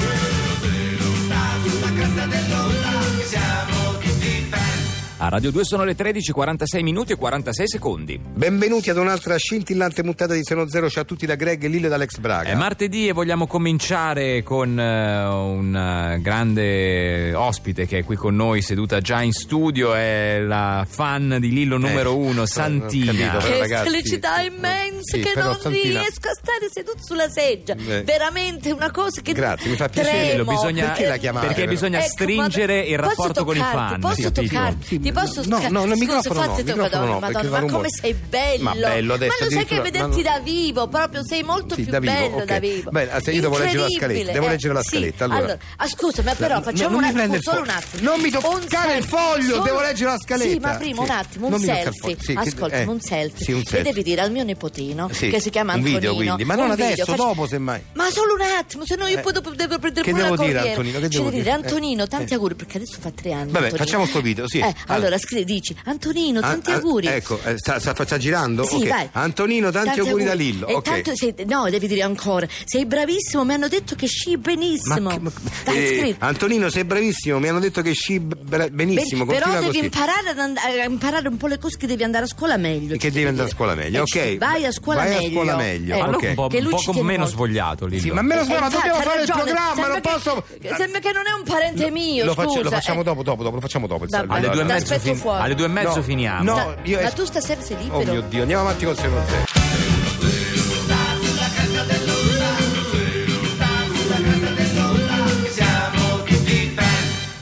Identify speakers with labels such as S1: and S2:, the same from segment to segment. S1: Zero sta sulla cresta dell'onda, siamo tutti fan.
S2: A Radio 2 sono le 13:46 minuti e 46 secondi.
S3: Benvenuti ad un'altra scintillante puntata di Seno Zero. Ciao a tutti da Greg Lille e dall'ex Braga.
S2: È martedì e vogliamo cominciare con eh, un eh, grande ospite che è qui con noi, seduta già in studio, è la fan di Lillo numero
S3: Eh,
S2: uno,
S3: non
S2: Santina.
S3: capito, però,
S4: Che
S3: ragazzi,
S4: felicità
S3: sì,
S4: immensa
S3: sì,
S4: che
S3: però,
S4: non
S3: Santina-
S4: riesco a stare seduto sulla seggia.
S3: Eh.
S4: Veramente una cosa che
S3: Grazie, mi fa piacere,
S4: tremo.
S2: Lillo, bisogna-
S3: Perché la chiamate,
S2: perché
S3: però?
S2: bisogna
S4: Ecco,
S2: stringere
S4: vado-
S2: il
S4: posso
S2: rapporto con i
S4: toccarti?
S2: fan.
S4: Posso
S2: capito?
S4: toccarti? Ti posso
S3: No,
S4: toccare?
S3: no, no,
S4: Scusa,
S3: microfono no,
S4: forse tocco-
S3: microfono no, perché
S4: Madonna,
S3: fa
S4: ma
S3: rumore.
S4: come sei bello.
S3: Ma bello adesso,
S4: Ma lo sai che
S3: addirittura-
S4: vederti
S3: ma no-
S4: da vivo, proprio sei molto
S3: Sì,
S4: più
S3: da vivo,
S4: bello
S3: ok.
S4: da vivo.
S3: Beh, se io devo leggere la
S4: Incredibile,
S3: scaletta, devo
S4: eh,
S3: leggere la
S4: sì.
S3: scaletta, allora.
S4: ah, scusa, ma però
S3: No,
S4: facciamo
S3: non
S4: un
S3: mi
S4: attimo,
S3: prende il
S4: solo un
S3: foglio.
S4: attimo.
S3: Non mi
S4: Un
S3: toccare il
S4: selfie,
S3: foglio,
S4: solo-
S3: devo leggere la
S4: Sì,
S3: scaletta.
S4: ma prima
S3: Sì.
S4: un attimo,
S3: Non
S4: un
S3: mi tocca il
S4: selfie.
S3: foglio, sì, che-
S4: Ascoltami,
S3: eh,
S4: un selfie.
S3: sì, un
S4: Che
S3: selfie.
S4: devi dire al mio nipotino
S3: Sì,
S4: che si chiama
S3: un
S4: Antonino.
S3: video, quindi, ma non
S4: un video,
S3: adesso,
S4: faccio-
S3: dopo, semmai.
S4: Ma solo un attimo, se no io
S3: Eh,
S4: poi dopo devo prendere
S3: che
S4: pure
S3: devo
S4: la
S3: dire,
S4: corriera.
S3: Antonino? Che
S4: Ci
S3: devo
S4: devi
S3: dire?
S4: Antonino,
S3: Eh,
S4: tanti
S3: eh.
S4: auguri, perché adesso fa tre anni.
S3: Vabbè,
S4: Antonino.
S3: facciamo sto video, sì.
S4: Eh,
S3: Allora.
S4: allora, scri- dici, Antonino,
S3: Ah,
S4: tanti
S3: ah,
S4: auguri.
S3: Ecco, eh, sta, sta, sta girando?
S4: Sì,
S3: Ok.
S4: vai.
S3: Antonino, tanti, auguri, da Lillo.
S4: E
S3: ok.
S4: tanto sei- no, devi dire ancora. Sei bravissimo, mi hanno detto che sci
S3: Ma
S4: benissimo.
S3: che- ma-
S4: Dai,
S3: eh,
S4: scrivi.
S3: Antonino, sei bravissimo. Mi hanno detto che sci bra- benissimo.
S4: Bene, però
S3: continua
S4: devi
S3: così.
S4: imparare ad and- a imparare un po' le cose che devi andare a scuola meglio.
S3: Che
S4: ti
S3: devi andare a
S4: dire.
S3: scuola meglio,
S4: Eh, ci-
S3: ok.
S4: Vai a scuola
S3: Vai a
S4: meglio.
S3: scuola meglio,
S4: Eh,
S3: ok.
S2: Parla un po',
S4: Che
S2: un
S4: lui
S2: po'
S4: ci
S2: con
S4: tiene
S2: meno
S4: molto.
S2: svogliato Lillo.
S3: Sì, ma me lo
S4: Eh,
S3: scuola,
S4: infatti,
S3: dobbiamo
S4: ha
S3: fare il
S4: ragione,
S3: programma, non
S4: sembra che-
S3: posso.
S4: che- Sembra che non è un parente mio,
S3: lo, faccio-
S4: scusa.
S3: lo facciamo
S4: eh.
S3: dopo, dopo, dopo, lo facciamo dopo. il
S4: Vabbè.
S3: saluto.
S2: Alle due e
S4: Ti
S2: mezzo,
S4: aspetto
S2: fin-
S4: fuori.
S2: alle due e mezzo
S3: No,
S2: finiamo.
S3: no.
S4: Sta-
S3: io
S4: ma
S3: es-
S4: tu stasera sei libero?
S3: Oh mio Dio, andiamo avanti con Seno Zero.
S1: Siamo tutti fan.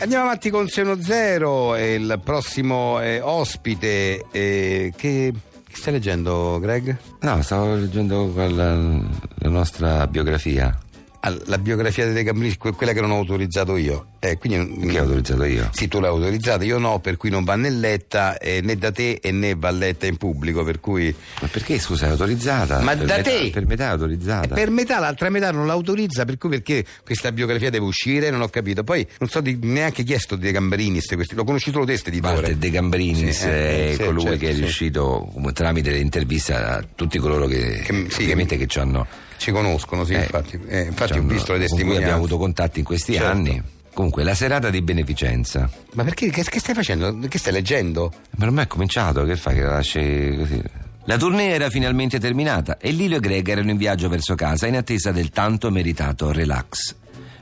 S3: Andiamo avanti con Seno Zero e il prossimo eh, ospite eh, che... che stai leggendo Greg?
S5: No, stavo leggendo quella, la nostra biografia
S3: Ah, la biografia dei Gambrini, que- quella che non ho autorizzato io. Eh, quindi,
S5: che ho autorizzato io.
S3: Sì, tu l'hai autorizzata, io no, per cui non va né letta eh, né da te e né va letta in pubblico, per cui...
S5: Ma perché, scusa, è autorizzata?
S3: Ma
S5: Per
S3: da
S5: metà-
S3: te? Eh,
S5: Per metà è autorizzata.
S3: Per metà, l'altra metà non l'autorizza, per cui perché questa biografia deve uscire, non ho capito. Poi non so di- neanche chiesto De Gamberini, se questi, l'ho conosciuto solo te, ste di
S5: Walter De Gambrinis
S3: Sì, eh,
S5: è
S3: sì,
S5: colui
S3: certo,
S5: che è
S3: sì.
S5: riuscito um, tramite le interviste a tutti coloro che,
S3: Che- sì,
S5: ovviamente che ci hanno
S3: Ci conoscono, sì,
S5: eh,
S3: infatti. Eh, infatti
S5: ci
S3: ho
S5: hanno-
S3: visto le
S5: con cui
S3: testimonianze.
S5: abbiamo avuto contatti in questi
S3: Certo.
S5: anni. Comunque, la serata di beneficenza.
S3: Ma perché? Che, che stai facendo? Che stai leggendo?
S5: Ma ormai è cominciato, che fai che la lasci così? La tournée era finalmente terminata e Lilio e Greg erano in viaggio verso casa in attesa del tanto meritato relax.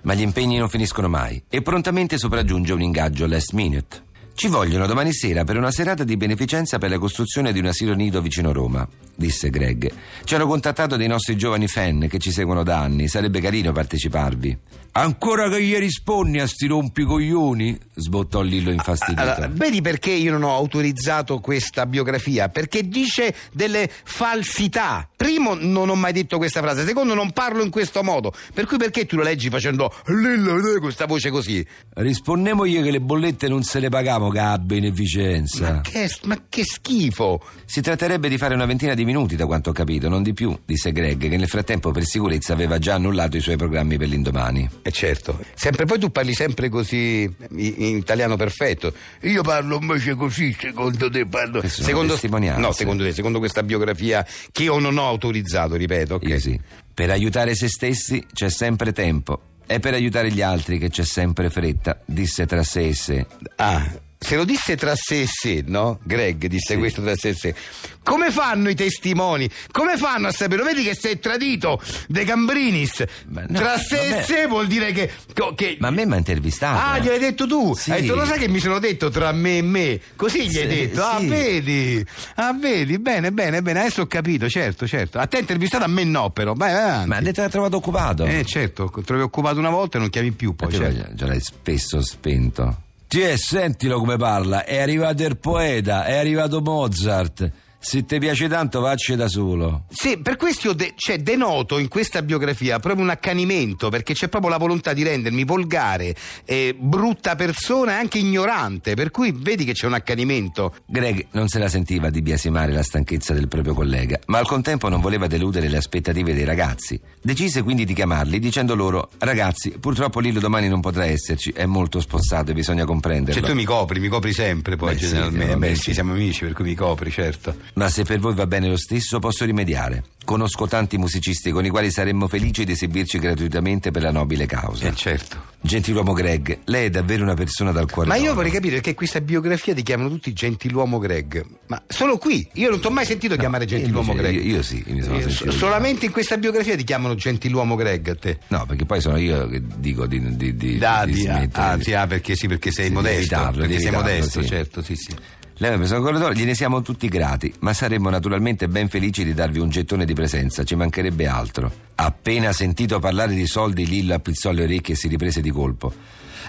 S5: Ma gli impegni non finiscono mai e prontamente sopraggiunge un ingaggio last minute. Ci vogliono domani sera per una serata di beneficenza per la costruzione di un asilo nido vicino Roma, disse Greg. Ci hanno contattato dei nostri giovani fan che ci seguono da anni, sarebbe carino parteciparvi. Ancora che gli rispondi a sti rompicoglioni? sbottò Lillo infastidito.
S3: Allora, vedi perché io non ho autorizzato questa biografia? Perché dice delle falsità. Primo, non ho mai detto questa frase. Secondo, non parlo in questo modo. Per cui perché tu lo leggi facendo "Lillo, eh", questa voce così?
S5: Rispondemogli che le bollette non se le pagamo che a beneficenza.
S3: Ma che, ma che schifo!
S5: Si tratterebbe di fare una ventina di minuti, da quanto ho capito, non di più, disse Greg, che nel frattempo per sicurezza aveva già annullato i suoi programmi per l'indomani.
S3: E certo, sempre poi tu parli sempre così in, in italiano perfetto. Io parlo invece così, secondo te parlo.
S5: Queste sono
S3: Secondo,
S5: testimonianze.
S3: no, secondo te, secondo questa biografia che io non ho autorizzato, ripeto, ok?
S5: Io sì. Per aiutare se stessi c'è sempre tempo. È per aiutare gli altri che c'è sempre fretta, disse tra sé e sé.
S3: Ah, se lo disse tra sé e sé, no? Greg disse questo tra sé e sé. Come fanno i testimoni? Come fanno a saperlo? Vedi che sei tradito De Cambrinis.
S5: Ma no,
S3: tra sé
S5: vabbè.
S3: e sé vuol dire che. co- che-
S5: Ma a me mi ha intervistato.
S3: Ah, gliel'hai detto tu?
S5: Sì.
S3: Hai detto, lo sai che mi sono detto tra me e me? Così gli hai
S5: Sì,
S3: detto. Ah,
S5: sì.
S3: vedi. Ah, vedi, bene, bene, bene. Adesso ho capito, certo, certo. A te intervistato a me no, però. Vai, vai avanti.
S5: Ma ha detto che l'ha trovato occupato.
S3: Eh, certo, te l'avevi occupato una volta e non chiami più poi.
S5: Poi
S3: certo.
S5: già, l'hai spesso spento. Sì, eh, sentilo come parla. È arrivato il poeta, è arrivato Mozart. Se ti piace tanto, facci da solo.
S3: Sì, per questo io de- cioè, denoto in questa biografia proprio un accanimento, perché c'è proprio la volontà di rendermi volgare, eh, brutta persona e anche ignorante, per cui vedi che c'è un accanimento.
S5: Greg non se la sentiva di biasimare la stanchezza del proprio collega, ma al contempo non voleva deludere le aspettative dei ragazzi. Decise quindi di chiamarli dicendo loro: Ragazzi, purtroppo Lillo domani non potrà esserci, è molto spossato e bisogna comprenderlo.
S3: Cioè tu mi copri, mi copri sempre poi
S5: Beh, sì,
S3: generalmente,
S5: vabbè,
S3: Beh,
S5: sì.
S3: sì, siamo amici per cui mi copri, certo.
S5: Ma se per voi va bene lo stesso, posso rimediare. Conosco tanti musicisti con i quali saremmo felici di esibirci gratuitamente per la nobile causa.
S6: Eh, certo.
S5: Gentiluomo Greg, lei è davvero una persona dal cuore.
S3: Ma io
S5: d'oro.
S3: vorrei capire perché questa biografia ti chiamano tutti gentiluomo Greg. Ma solo qui, io non ti ho mai sentito chiamare gentiluomo
S5: Invece,
S3: Greg.
S5: Io, io sì, mi sono
S3: Eh,
S5: sentito.
S3: so- solamente in questa biografia ti chiamano gentiluomo Greg a te.
S5: No, perché poi sono io che dico di, di, di,
S3: Da,
S5: di
S3: di-
S5: smettere
S3: ah,
S5: di-
S3: sì, ah, perché sì, perché sei
S5: Sì, di
S3: modesto.
S5: evitarlo,
S3: perché sei
S5: di evitarlo,
S3: modesto,
S5: sì.
S3: certo, sì, sì.
S5: Lei mi pensato corridore, gliene siamo tutti grati, ma saremmo naturalmente ben felici di darvi un gettone di presenza, ci mancherebbe altro. Appena sentito parlare di soldi, Lillo appizzò le orecchie e si riprese di colpo.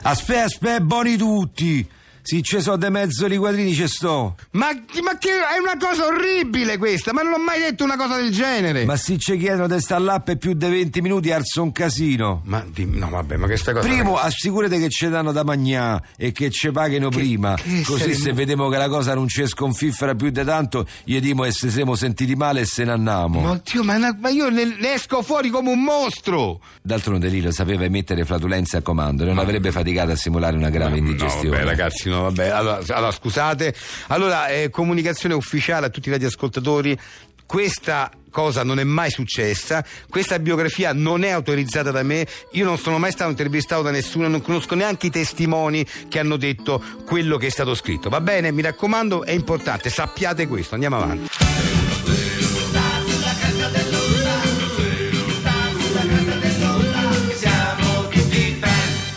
S5: Aspè, aspè, buoni tutti! Sì, ci so di mezzo di quadrini, ci sto.
S3: Ma, ma che è una cosa orribile questa, ma non ho mai detto una cosa del genere.
S5: Ma se ci chiedono di stare là per più di 20 minuti, alzo un casino.
S3: Ma di- no, vabbè, ma questa cosa.
S5: Primo, assicurate che ci danno da mangià e che ci paghino prima.
S3: che
S5: Così,
S3: saremmo-
S5: se vediamo che la cosa non ci sconfiffera più di tanto, gli dimo e se siamo sentiti male e se ne andiamo.
S3: Ma oddio, ma, na- ma io ne, ne esco fuori come un mostro!
S5: D'altronde Lilo sapeva emettere flatulenze a comando, non avrebbe faticato a simulare una grave
S3: No,
S5: indigestione.
S3: vabbè, ragazzi, no, vabbè. Allora, s- allora, scusate. Allora, eh, comunicazione ufficiale a tutti i radioascoltatori. Questa cosa non è mai successa, questa biografia non è autorizzata da me, io non sono mai stato intervistato da nessuno, non conosco neanche i testimoni che hanno detto quello che è stato scritto. Va bene, mi raccomando, è importante, sappiate questo, andiamo avanti.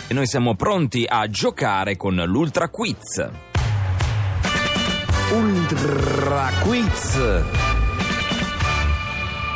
S2: E noi siamo pronti a giocare con l'Ultra Quiz. Ultra Quiz.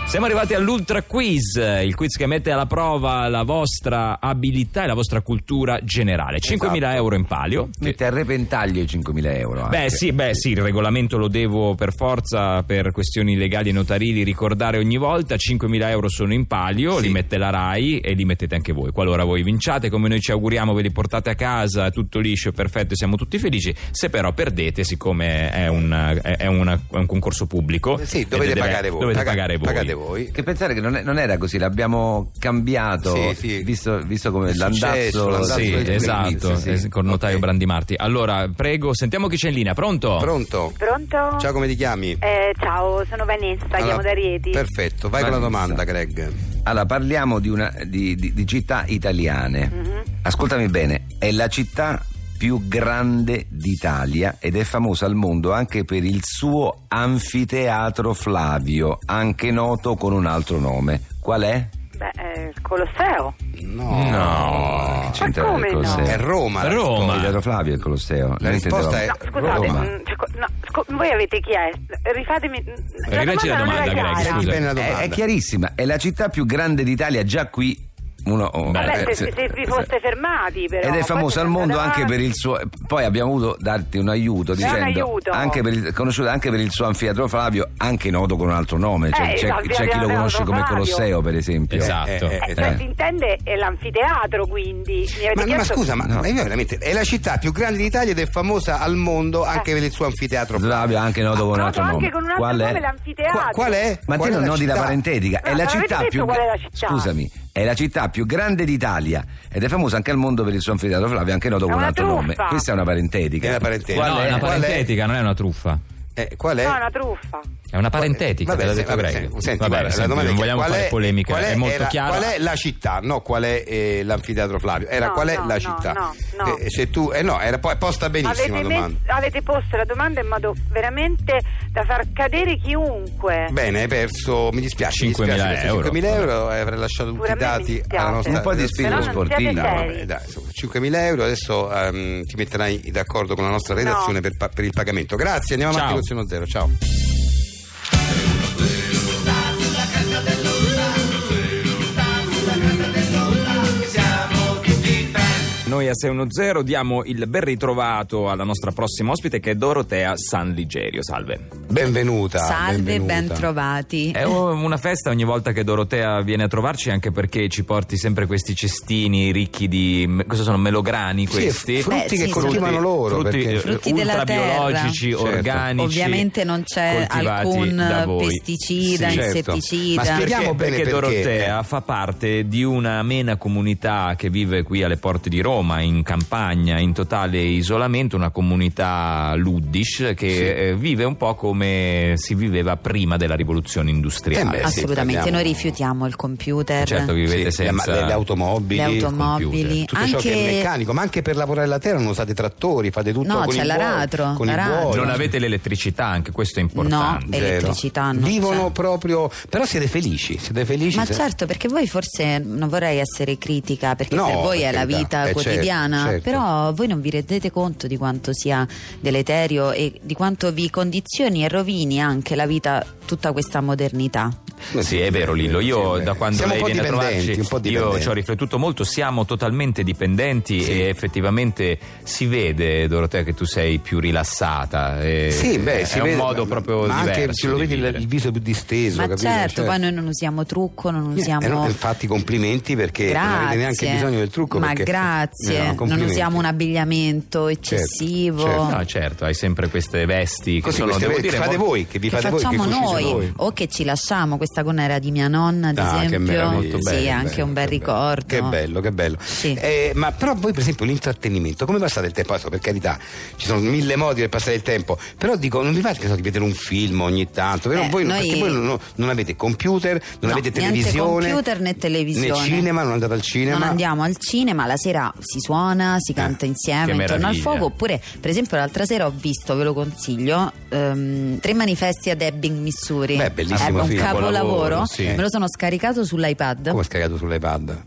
S2: Siamo arrivati all'Ultra Quiz, il quiz che mette alla prova la vostra abilità e la vostra cultura generale. 5.000 euro in palio.
S6: Mette a repentaglio i 5.000 euro. eh.
S2: Beh
S6: anche.
S2: sì, beh sì, il regolamento lo devo per forza per questioni legali e notarili ricordare ogni volta, 5.000 euro sono in palio, li mette la RAI e li mettete anche voi, qualora voi vinciate come noi ci auguriamo ve li portate a casa, tutto liscio, perfetto, siamo tutti felici, se però perdete siccome è un, è- è un- è un concorso pubblico
S3: Eh Sì,
S2: e
S3: dovete
S2: deve-
S3: pagare voi.
S2: dovete
S3: paga-
S2: pagare voi.
S3: Pagate voi.
S6: Che pensare che non, è- non era così, l'abbiamo cambiato,
S3: Sì, sì.
S6: Visto, visto come
S3: Il successo,
S6: l'andazzo,
S3: l'andazzo
S2: Sì,
S3: Esatto, del
S2: esatto,
S6: sì,
S2: es-
S6: sì.
S2: con notaio
S3: Ok.
S2: Brandimarti. Allora, prego, sentiamo chi c'è in linea, pronto?
S3: Pronto?
S7: Pronto?
S3: Ciao, come ti chiami?
S7: Eh, ciao, sono Vanessa, chiamo
S3: Allora,
S7: da Rieti.
S3: Perfetto, vai con la
S6: Vanessa.
S3: domanda, Greg.
S6: Allora, parliamo di, una, di, di- di città italiane.
S7: Mhm.
S6: Ascoltami bene, è la città più grande d'Italia ed è famosa al mondo anche per il suo anfiteatro Flavio, anche noto con un altro nome. Qual è?
S7: Beh, eh, il Colosseo.
S3: No.
S6: Che c'entra
S7: come
S6: il
S7: no?
S6: Colosseo?
S3: È Roma. la
S2: Roma.
S3: risposta.
S6: Il Teatro Flavio è il Colosseo.
S3: La
S6: Noi
S3: risposta
S6: intendevamo-
S7: No,
S3: Eh,
S7: scusate,
S6: Roma.
S7: mh, cioè, co- no, scu- voi avete chiesto, rifatemi... mh, La
S2: Rileggi la
S7: domanda, non era
S2: domanda, Greg,
S7: chiara.
S2: scusa.
S3: Bene la
S6: È,
S3: domanda.
S7: eh,
S6: è chiarissima, è la città più grande d'Italia, già qui uno... oh,
S7: Vabbè,
S6: eh,
S7: se, se vi foste fermati però...
S6: Ed è
S7: poi
S6: famosa al
S7: siete
S6: mondo
S7: andati
S6: anche per il suo. Poi abbiamo voluto darti un aiuto
S7: un
S6: dicendo.
S7: aiuto.
S6: Anche per il, conosciuto anche per il suo anfiteatro Flavio, anche noto con un altro nome. Cioè,
S7: Eh,
S6: c'è,
S7: esatto,
S6: c'è chi lo
S7: abbiamo
S6: conosce
S7: Teatro
S6: come
S7: Flavio.
S6: Colosseo, per esempio.
S2: Esatto.
S3: Eh, eh,
S7: Eh,
S3: eh,
S7: cioè,
S6: eh.
S7: si intende è l'anfiteatro, quindi... Mi avete
S3: Ma, no, ma
S7: chiesto-
S3: scusa, ma,
S6: No.
S3: ma io veramente è la città più grande d'Italia ed è famosa al mondo anche
S7: Ah.
S3: per il suo anfiteatro.
S2: Esatto.
S6: Flavio, anche noto con un
S7: Noto
S6: altro
S7: anche
S6: nome.
S7: con un altro
S6: Qual è? Eh,
S7: nome, l'anfiteatro.
S3: Qua- qual è? Qual
S6: Ma te
S3: è
S6: non
S3: la
S6: noti la
S3: città?
S6: parentetica, è
S7: No,
S6: la
S7: non
S6: città
S7: avete
S6: più
S7: detto qual è la città.
S6: Scusami, è la città più grande d'Italia ed è famosa anche al mondo per il suo anfiteatro Flavio, anche noto
S7: È
S6: con un
S7: una
S6: altro
S7: truffa.
S6: nome. Questa è una parentetica.
S3: È una parentetica.
S6: Qual
S2: no,
S6: è?
S2: è una
S3: eh, Qual è?
S2: parentetica, non è una truffa.
S3: Eh, qual è?
S7: No, è una truffa.
S2: È una parentetica,
S3: Vabbè,
S2: te l'ha
S3: se-
S2: detto
S3: vabbè,
S2: Greg.
S3: se- senti,
S2: Vabbè,
S3: guarda,
S2: senti,
S3: la domanda
S2: non
S3: è
S2: vogliamo
S3: qual
S2: fare
S3: è-
S2: polemica,
S3: qual
S2: è, molto
S3: era-
S2: chiaro.
S3: Qual è la città? No, qual è eh, l'anfiteatro Flavio? Era
S7: No,
S3: qual è
S7: no,
S3: la
S7: no,
S3: città?
S7: no, no.
S3: Eh, se tu, eh no, era po- posta benissimo
S7: Avete,
S3: la
S7: met-
S3: domanda.
S7: avete posto la domanda in modo veramente da far cadere chiunque.
S3: Bene, hai perso, mi dispiace, mi
S2: 5.000
S3: dispiace, perso
S2: euro.
S3: 5.000 euro, eh, avrei lasciato tutti
S7: Pure
S3: i
S7: a me mi
S3: dati
S7: dispiace.
S3: alla nostra
S6: Un po' di spirito
S7: Però non siete
S6: sportivo.
S7: seri.
S3: No, vabbè, dai, insomma, 5.000 euro, adesso ehm, ti metterai d'accordo con la nostra redazione per, pa- per il pagamento. Grazie, andiamo
S2: Ciao.
S3: avanti con il zero, ciao.
S2: Noi a 610 diamo il ben ritrovato alla nostra prossima ospite che è Dorotea San Ligerio. Salve.
S3: Benvenuta.
S8: Salve,
S3: benvenuta.
S8: ben trovati.
S2: È o- una festa ogni volta che Dorotea viene a trovarci, anche perché ci porti sempre questi cestini ricchi di. me- cosa sono? Melograni
S3: Sì,
S2: questi?
S3: frutti
S8: Beh, sì,
S3: che
S8: sì.
S3: coltivano loro.
S2: frutti,
S3: perché-
S2: eh,
S8: Frutti della
S2: ultrabiologici,
S3: terra. Certo.
S2: organici.
S8: Ovviamente non c'è
S2: coltivati
S8: alcun
S2: da voi.
S8: pesticida,
S3: Sì, certo.
S8: insetticida.
S3: Ma
S2: Perché,
S3: spieghiamo- bene
S2: perché
S3: perché.
S2: Dorotea fa parte di una amena comunità che vive qui alle porte di Roma, in campagna, in totale isolamento, una comunità luddish che eh, vive un po' come si viveva prima della rivoluzione industriale.
S3: Eh beh, sì,
S8: Assolutamente,
S3: parliamo-
S8: noi rifiutiamo il computer.
S2: certo che vivete
S3: Sì,
S2: senza...
S3: le, le automobili,
S8: Le
S3: il
S8: automobili,
S3: computer, tutto ciò
S8: anche-
S3: che è meccanico, ma anche per lavorare la terra non usate trattori, fate tutto
S8: No,
S3: con il
S8: c'è
S3: buoi-
S8: l'aratro,
S3: con il
S8: l'aratro.
S3: buoi.
S2: Non avete l'elettricità, anche questo è
S8: No,
S2: importante.
S3: Zero.
S8: elettricità no.
S3: Vivono
S8: Cioè-
S3: proprio, però siete felici, siete felici.
S8: Ma
S3: se-
S8: certo, perché voi forse non vorrei essere critica, perché
S3: No,
S8: per voi
S3: per
S8: è la
S3: carità,
S8: vita
S3: eh, certo,
S8: quotidiana,
S3: certo.
S8: però voi non vi rendete conto di quanto sia deleterio e di quanto vi condizioni e rovini anche la vita tutta questa modernità.
S2: Eh Sì, è vero Lillo, io
S3: Sì,
S2: da
S3: beh.
S2: quando
S3: Siamo
S2: lei
S3: un po'
S2: viene a
S3: dipendenti,
S2: trovarci
S3: un po'
S2: io
S3: dipendenti.
S2: ci ho riflettuto molto, siamo totalmente dipendenti
S3: Sì.
S2: e effettivamente si vede Dorotea che tu sei più rilassata e
S3: Sì, beh,
S2: è
S3: si
S2: un
S3: vede-
S2: modo
S3: ma-
S2: proprio
S3: ma
S2: diverso
S3: anche se lo
S2: di
S3: vedi il,
S2: vivere.
S3: il viso più disteso,
S8: Ma
S3: capito?
S8: certo,
S3: Cioè-
S8: poi noi non usiamo trucco, non
S3: Eh,
S8: usiamo...
S3: eh, no, infatti complimenti perché non avete
S8: Grazie.
S3: neanche bisogno del trucco
S8: Ma
S3: perché- Eh, no,
S8: grazie, non
S3: complimenti.
S8: usiamo un abbigliamento eccessivo.
S3: certo.
S2: No, certo, hai sempre queste vesti che
S3: Così
S2: sono
S3: queste
S2: devo
S3: voi-
S2: dire
S3: che fate
S2: molto-
S3: voi, che vi
S8: Che
S3: fate voi, che
S8: facciamo
S3: cucite
S8: noi
S3: voi.
S8: o che ci lasciamo questa gonna era di mia nonna ad
S3: Ah, che
S8: esempio
S3: meraviglia.
S8: sì
S3: Bello,
S8: anche
S3: bello,
S8: un bel
S3: che bello.
S8: ricordo
S3: Che bello, che bello.
S8: Sì.
S3: Eh, ma però voi, per esempio, l'intrattenimento, come passate il tempo? Adesso, per carità, ci sono mille modi per passare il tempo, però dico, non vi fate che so, di vedere un film ogni tanto, però
S8: Eh,
S3: voi-
S8: noi-
S3: perché voi non, non avete computer, non
S8: No,
S3: avete
S8: niente
S3: televisione.
S8: computer né televisione.
S3: Né cinema, non andate al cinema.
S8: non andiamo al cinema, la sera si suona,
S3: Ah,
S8: si canta
S2: che
S8: insieme intorno al
S2: meraviglia.
S8: fuoco. Oppure, per esempio, l'altra sera ho visto, ve lo consiglio, ehm, Tre manifesti ad Ebbing, Missouri.
S3: Beh, bellissimo
S8: È un
S3: film.
S8: capolavoro.
S3: Sì.
S8: Me lo sono scaricato sull'iPad.
S3: Come scaricato sull'iPad?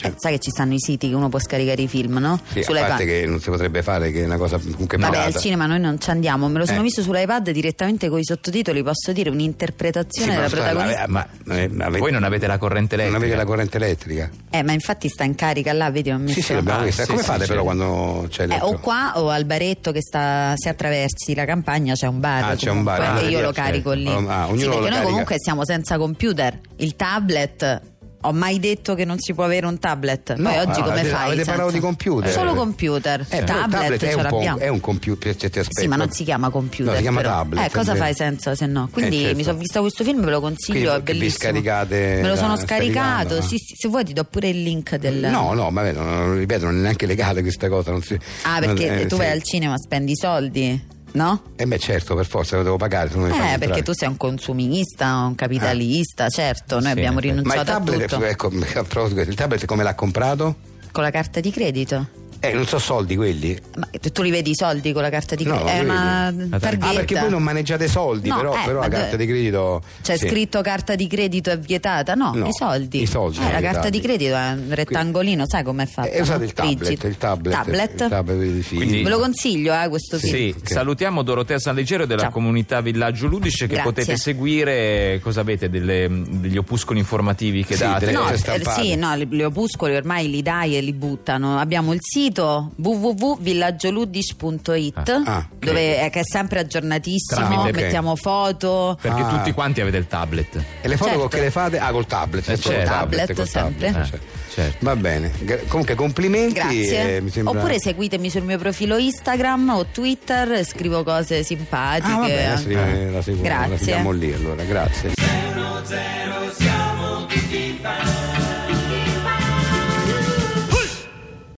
S3: Cioè,
S8: Eh, sai che ci stanno i siti che uno può scaricare i film, no?
S3: sì, a parte che non si potrebbe fare, che è una cosa comunque
S8: Vabbè,
S3: malata.
S8: al cinema noi non ci andiamo, me lo sono
S3: Eh.
S8: visto sull'iPad direttamente con i sottotitoli, posso dire
S3: Sì,
S8: un'interpretazione
S3: ma
S8: della
S3: scusa,
S8: protagonista.
S3: ma- ma- eh, avete-
S2: Voi non avete la corrente
S3: Non
S2: elettrica.
S3: avete la corrente elettrica?
S8: Eh, ma infatti sta in carica là, vedi, non mi
S3: Sì, sì,
S8: sono-
S3: l'abbiamo
S2: Ah,
S3: vista.
S2: sì,
S3: Come
S2: sì,
S3: fate
S2: c'è.
S3: però quando c'è
S8: Eh, o
S3: l'elettrico?
S8: qua o al baretto che sta, se attraversi la campagna c'è un bar.
S3: Ah, c'è un bar, ah,
S8: comunque, e io
S3: vedi,
S8: lo
S3: ok.
S8: carico lì.
S3: Ah, ognuno
S8: sì,
S3: lo
S8: perché noi
S3: carica.
S8: comunque siamo senza computer. Il tablet. Ho mai detto che non si può avere un tablet. Poi
S3: No,
S8: oggi
S3: no,
S8: come
S3: avete-
S8: fai?
S3: avete
S8: senza-
S3: parlato di computer.
S8: Solo computer.
S3: Eh, però il tablet è
S8: ce
S3: un, po' un-
S8: l'abbiamo.
S3: è un computer, c'è ti
S8: Sì, ma non si chiama computer.
S3: No, si chiama
S8: però.
S3: tablet.
S8: Eh, cosa
S3: è vero.
S8: fai senza se no?
S3: Eh,
S8: Quindi
S3: certo.
S8: mi sono visto questo film, ve lo consiglio.
S3: Quindi
S8: è
S3: che vi
S8: bellissimo.
S3: scaricate
S8: Me lo
S3: la-
S8: sono scaricato.
S3: scaricando,
S8: Sì,
S3: eh.
S8: sì, se vuoi ti do pure il link del.
S3: No, no, ma vero, non, ripeto, non è neanche legale questa cosa. Non si,
S8: Ah, perché
S3: eh,
S8: tu
S3: sì.
S8: vai al cinema, spendi i soldi, no?
S3: Eh beh, certo, per forza, lo devo pagare. se no mi fanno
S8: Eh,
S3: entrare. Eh.
S8: perché tu sei un consumista, un capitalista, certo, noi
S2: Sì,
S8: abbiamo
S2: in effetti.
S3: Ma
S8: rinunciato
S3: il
S8: a
S3: tablet,
S8: tutto.
S3: ecco, a proposito, il tablet come l'ha comprato?
S8: Con la carta di credito?
S3: Eh, non so soldi quelli.
S8: Ma tu tu li vedi i soldi con la carta di
S3: No,
S8: credito?
S3: non
S8: È
S3: li
S8: una
S3: vedi.
S2: Ah,
S8: targhetta.
S3: Ah, perché voi non maneggiate soldi,
S8: No,
S3: però,
S8: eh,
S3: però
S8: ma
S3: la
S8: dove-
S3: carta di credito.
S8: C'è
S3: sì.
S8: scritto carta di credito è vietata? No,
S3: No,
S8: i soldi.
S3: i soldi
S8: Eh,
S3: sono
S8: la carta
S3: vietati.
S8: di credito è un rettangolino, sai com'è fatta?
S3: E Eh, usate
S8: no?
S3: il tablet,
S8: Rigida.
S3: il tablet,
S8: Tablet?
S3: il tablet dei figli.
S2: Quindi-
S8: Ve lo consiglio, eh, questo film.
S2: Sì,
S3: ok.
S2: salutiamo Dorotea San Leggero della
S8: Ciao.
S2: comunità Villaggio Ludice che
S8: Grazie.
S2: potete seguire, cosa avete, delle- degli opuscoli informativi che
S3: Sì,
S2: date?
S3: delle-
S8: No,
S3: cose
S8: eh,
S3: stampate.
S8: sì, no, li- gli opuscoli ormai li dai e li buttano. Abbiamo il sito www.villaggioludis.it
S3: Ah, ah, ok.
S8: dove è, che è sempre aggiornatissimo,
S2: Tramite-
S3: ok.
S8: mettiamo foto.
S2: Perché
S3: Ah.
S2: tutti quanti avete il tablet.
S3: E le foto
S8: Certo.
S3: con che le fate? Ah, col tablet.
S2: Eh,
S3: col
S2: certo.
S8: Tablet,
S3: col
S8: sempre.
S2: Eh,
S3: certo.
S2: certo.
S3: Va bene. Gra- comunque complimenti.
S8: Grazie.
S3: eh, mi sembra-
S8: Oppure seguitemi sul mio profilo Instagram o Twitter, scrivo cose simpatiche.
S3: Ah, va bene,
S8: anche.
S3: adesso rimane- la seguiamo, la
S8: Grazie.
S3: seguiamo lì allora, grazie.
S1: 006